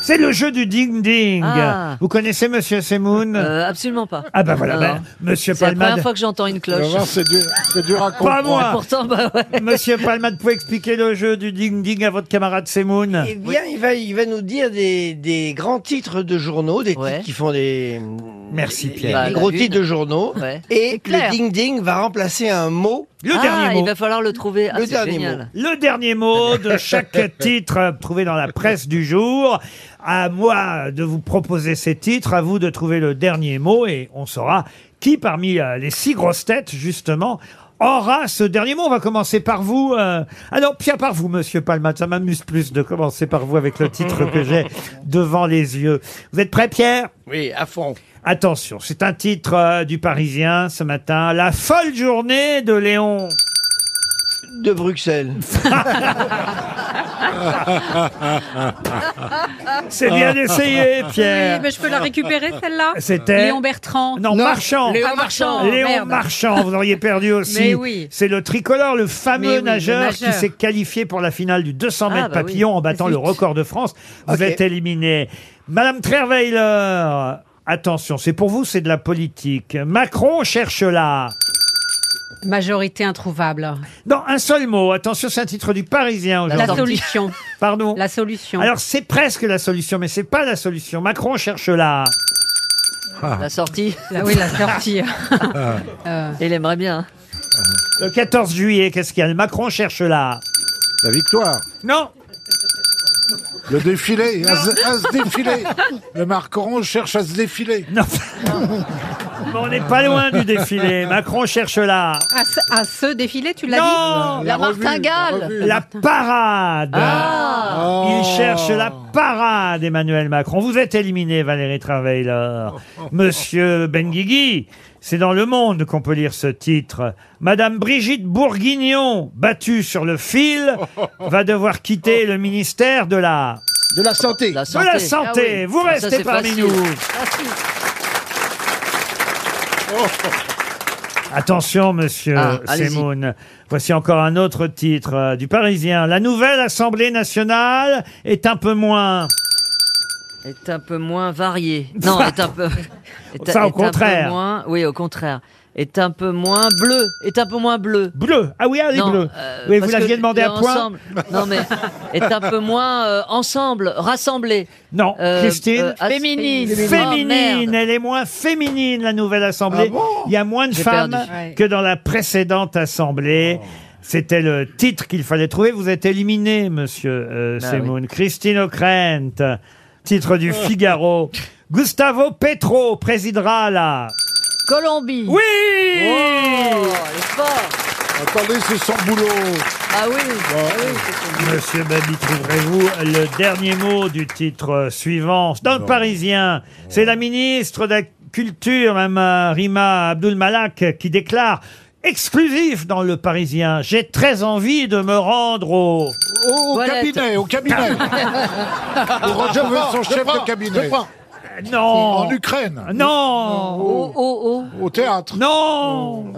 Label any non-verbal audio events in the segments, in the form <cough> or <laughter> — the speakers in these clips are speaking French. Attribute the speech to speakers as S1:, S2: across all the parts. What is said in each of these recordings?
S1: C'est le jeu du ding-ding.
S2: Ah.
S1: Vous connaissez Monsieur Semoun
S2: Euh, absolument pas.
S1: Ah bah voilà,
S2: Non,
S1: bah,
S2: non.
S1: Monsieur
S2: C'est la
S1: Palmade.
S2: première fois que j'entends une
S3: Tu vas
S2: cloche.
S3: voir, c'est dur, c'est dur à
S1: Pas
S3: comprendre.
S1: moi
S2: Pourtant, bah ouais.
S1: Monsieur Palmade, pouvez expliquer le jeu du ding-ding à votre camarade Semoun
S4: Eh bien, il, va, il va nous dire des, des grands titres de journaux, des
S2: Ouais.
S4: titres qui font des,
S1: Merci
S4: des
S1: Pierre.
S2: Bah, la
S4: gros
S2: une.
S4: titres de journaux.
S2: Ouais.
S4: Et le
S2: clair.
S4: ding-ding va remplacer un mot.
S1: Le
S2: ah,
S1: dernier mot.
S2: il va falloir le trouver. Ah,
S4: Le
S2: c'est
S4: dernier
S2: génial.
S4: mot.
S1: Le dernier mot de chaque titre euh, trouvé dans la presse du jour. À moi de vous proposer ces titres, à vous de trouver le dernier mot et on saura qui parmi euh, les six grosses têtes, justement, aura ce dernier mot. On va commencer par vous. euh, Alors, Pierre, par vous, monsieur Palmat. Ça m'amuse plus de commencer par vous avec le titre que j'ai devant les yeux. Vous êtes prêt, Pierre
S4: Oui, à fond.
S1: Attention, c'est un titre euh, du Parisien ce matin. La folle journée de Léon.
S4: De Bruxelles.
S1: C'est bien essayé,
S5: Oui,
S1: Pierre.
S5: mais Eh ben, je peux la récupérer celle-là
S1: C'était-
S5: Léon Bertrand.
S1: Non, Marchand.
S5: Ah, Marchand.
S1: Léon
S5: merde.
S1: Marchand, vous auriez perdu aussi.
S5: Mais oui.
S1: C'est le tricolore, le fameux
S5: Mais oui, le
S1: nageur, qui
S5: nageur.
S1: s'est qualifié pour la finale du 200
S2: Ah,
S1: mètres
S2: bah oui.
S1: papillon en battant le
S5: Zut.
S1: record de France. Vous
S4: Ok.
S1: êtes éliminé. Madame Trerweiler, attention, c'est pour vous, c'est de la politique. Macron cherche là.
S5: Majorité introuvable.
S1: Non, un seul mot. Attention, c'est un titre du Parisien
S5: La
S1: aujourd'hui.
S5: solution.
S1: Pardon.
S5: <laughs> La solution.
S1: Alors c'est presque la solution, mais c'est pas la solution. Macron cherche là.
S2: La sortie,
S5: La- oui, la sortie.
S2: il aimerait bien. hein.
S1: Le 14 juillet, qu'est-ce qu'il y a Le Macron cherche là.
S3: La victoire,
S1: Non.
S3: le défilé, à, se- à se défiler. Le Marcoron cherche à se défiler.
S1: <laughs> Non. Mais on n'est pas loin du défilé. Macron cherche là.
S5: <laughs> à, ce, à ce défilé, tu l'as dit
S1: Non
S2: La
S3: revue,
S2: martingale.
S3: la revue.
S1: La parade
S2: Ah,
S3: Oh.
S1: Il cherche la parade, Emmanuel Macron. Vous êtes éliminé, Valérie Traveiller. Monsieur Benguigui, c'est dans Le Monde qu'on peut lire ce titre. Madame Brigitte Bourguignon, battue sur le fil, va devoir quitter le ministère de la...
S3: De la santé.
S2: la
S1: De
S2: santé.
S1: la santé.
S2: Ah oui.
S1: Vous
S2: Ah, ça,
S1: restez
S2: c'est
S1: parmi
S2: facile.
S1: nous. Attention, monsieur
S2: Ah, allez-y.
S1: Semoun. Voici encore un autre titre euh, du Parisien. La nouvelle Assemblée nationale est un peu moins.
S2: Est un peu moins varié. Non, est un peu. est-
S1: Ça, au
S2: est un peu
S1: contraire.
S2: moins- oui, au contraire. Est un peu moins bleu. Est un peu moins bleu.
S1: Bleu. Ah oui, allez,
S2: Non,
S1: bleu.
S2: euh,
S1: oui, vous
S2: parce
S1: l'aviez
S2: que
S1: demandé
S2: le
S1: à point.
S2: ensemble-
S1: <laughs>
S2: Non, mais est un peu moins euh, ensemble, rassemblé.
S1: Non,
S2: Euh,
S1: Christine.
S2: euh, as-
S5: Féminine.
S2: Oh,
S1: Féminine,
S2: merde.
S1: elle est moins féminine, la nouvelle assemblée.
S3: Ah bon
S1: Il y a moins de
S2: J'ai
S1: femmes
S2: perdu.
S5: Ouais.
S1: que dans la précédente assemblée. C'était le titre qu'il fallait trouver. Vous êtes éliminé, monsieur euh,
S2: Bah
S1: Semoun. Christine O'Krent, titre du Figaro. Gustavo Petro présidera la.
S2: Colombie.
S1: Oui
S2: Oh, elle est forte.
S3: Attendez, c'est son boulot.
S2: Ah oui. Ah oui, c'est Colombie.
S1: Monsieur Babi, trouverez-vous le dernier mot du titre euh, suivant Dans le Parisien, c'est la ministre de la Culture, Mme euh, Rima Abdul-Malak, qui déclare exclusif dans le Parisien. J'ai très envie de me rendre au...
S3: Au, au
S2: Toilette.
S3: cabinet, au <laughs> cabinet. Pour retrouver son chef de cabinet.
S1: Non
S3: En Ukraine,
S1: Non
S2: Oh, oh, oh.
S3: au théâtre.
S1: Non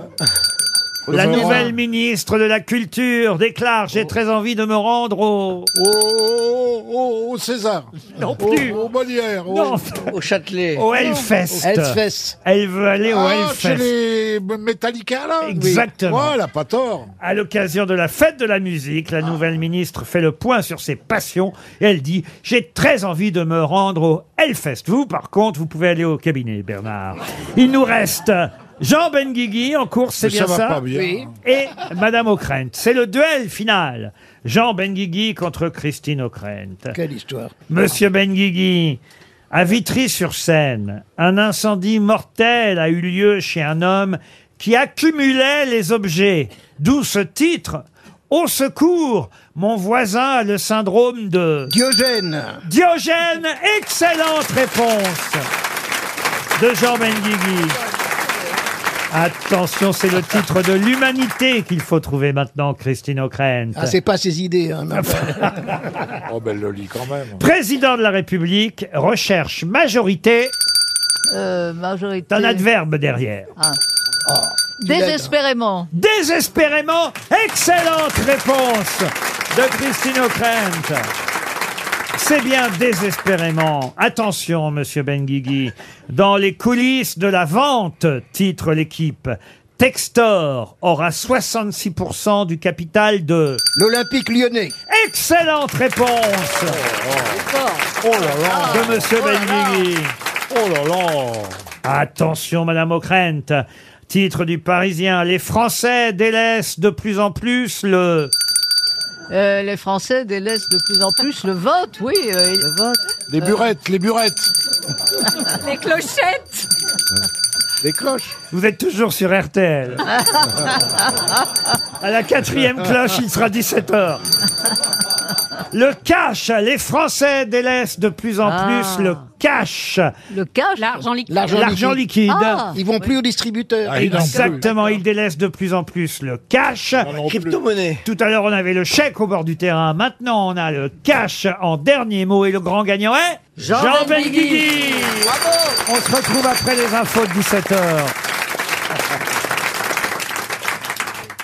S1: La
S3: Au-
S1: nouvelle ministre de la Culture déclare J'ai très envie de me rendre au...
S3: Au, au, au- au César.
S1: Non
S3: Au,
S1: plus.
S3: au Molière. au-
S1: Non
S4: Au Châtelet.
S1: Au Hellfest
S4: Hellfest.
S1: Elle veut aller au
S3: Ah,
S1: Hellfest
S3: chez les Metallica, là Oui.
S1: Exactement.
S3: Ouais, elle a pas tort.
S1: À l'occasion de la fête de la musique, la nouvelle ministre fait le point sur ses passions et elle dit J'ai très envie de me rendre au Hellfest. Vous, par contre, vous pouvez aller au cabinet, Bernard. Il nous reste Jean Benguigui en course, c'est
S3: Mais ça
S1: bien
S3: va
S1: ça,
S3: pas bien. Oui.
S1: Et Madame O'Krent. C'est le duel final. Jean Benguigui contre Christine O'Krent.
S4: Quelle histoire.
S1: Monsieur Benguigui, à Vitry-sur-Seine, un incendie mortel a eu lieu chez un homme qui accumulait les objets. D'où ce titre Au secours, mon voisin a le syndrome de
S4: Diogène.
S1: Diogène. Excellente réponse de Jean Benguigui. Attention, c'est le titre de l'humanité qu'il faut trouver maintenant, Christine O'Krent.
S4: pas ses idées.
S6: hein,
S3: Oh, ben, elle le lit quand même.
S1: Président de la République recherche majorité
S7: Euh, majorité. Ah.
S1: d'un adverbe derrière.
S7: Désespérément.
S1: Désespérément, excellente réponse de Christine O'Krent. C'est bien désespérément. Attention, monsieur Benguigui. Dans les coulisses de la vente, titre l'équipe, Textor aura 66% du capital de...
S6: L'Olympique lyonnais.
S1: Excellente réponse
S3: Oh là là
S1: de monsieur Benguigui.
S3: Oh là là
S1: Attention, Madame O'Krent. Titre du Parisien. Les Français délaissent de plus en plus le...
S7: Euh, les Français délaissent de plus en plus le vote, oui. euh, ils-
S3: Les burettes, les burettes
S5: Les clochettes
S3: Les cloches
S1: Vous êtes toujours sur
S3: <laughs>
S1: RTL. à la quatrième cloche, il sera 17h. Le cash. Les Français délaissent de plus en
S2: Ah.
S1: plus le cash.
S7: Le cash.
S5: L'argent liquide.
S6: L'argent
S1: L'argent
S6: liquide.
S1: liquide.
S7: Ah.
S6: Ils vont plus au distributeur.
S3: Ah, il en peut.
S1: Exactement, ils délaissent de plus en plus le cash.
S3: Ah non, plus.
S4: Crypto-monnaie.
S1: Tout à l'heure, on avait le chèque au bord du terrain. Maintenant, on a le cash en dernier mot. Et le grand gagnant est
S2: Jean Benguigui.
S1: Benguigui. On se retrouve après les infos de 17h.